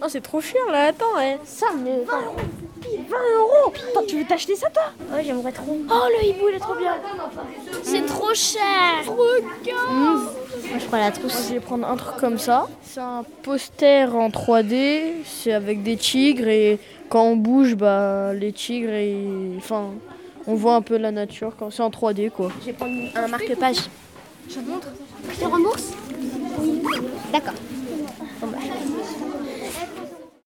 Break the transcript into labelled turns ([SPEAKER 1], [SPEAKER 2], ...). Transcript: [SPEAKER 1] Non, c'est trop cher là, attends. eh.
[SPEAKER 2] Ça, mais 20 euros. 20 euros Putain, tu veux t'acheter ça, toi
[SPEAKER 1] Ouais, j'aimerais trop.
[SPEAKER 2] Oh, le hibou, il est trop bien. C'est trop cher.
[SPEAKER 1] Moi, je prends la trousse. Je vais prendre un truc comme ça. C'est un poster en 3D. C'est avec des tigres et quand on bouge, bah, les tigres et. Enfin, on voit un peu la nature. quand C'est en 3D quoi.
[SPEAKER 2] Je vais prendre un marque-page. Je te montre. Je te rembourse Oui. D'accord. Bon, bah.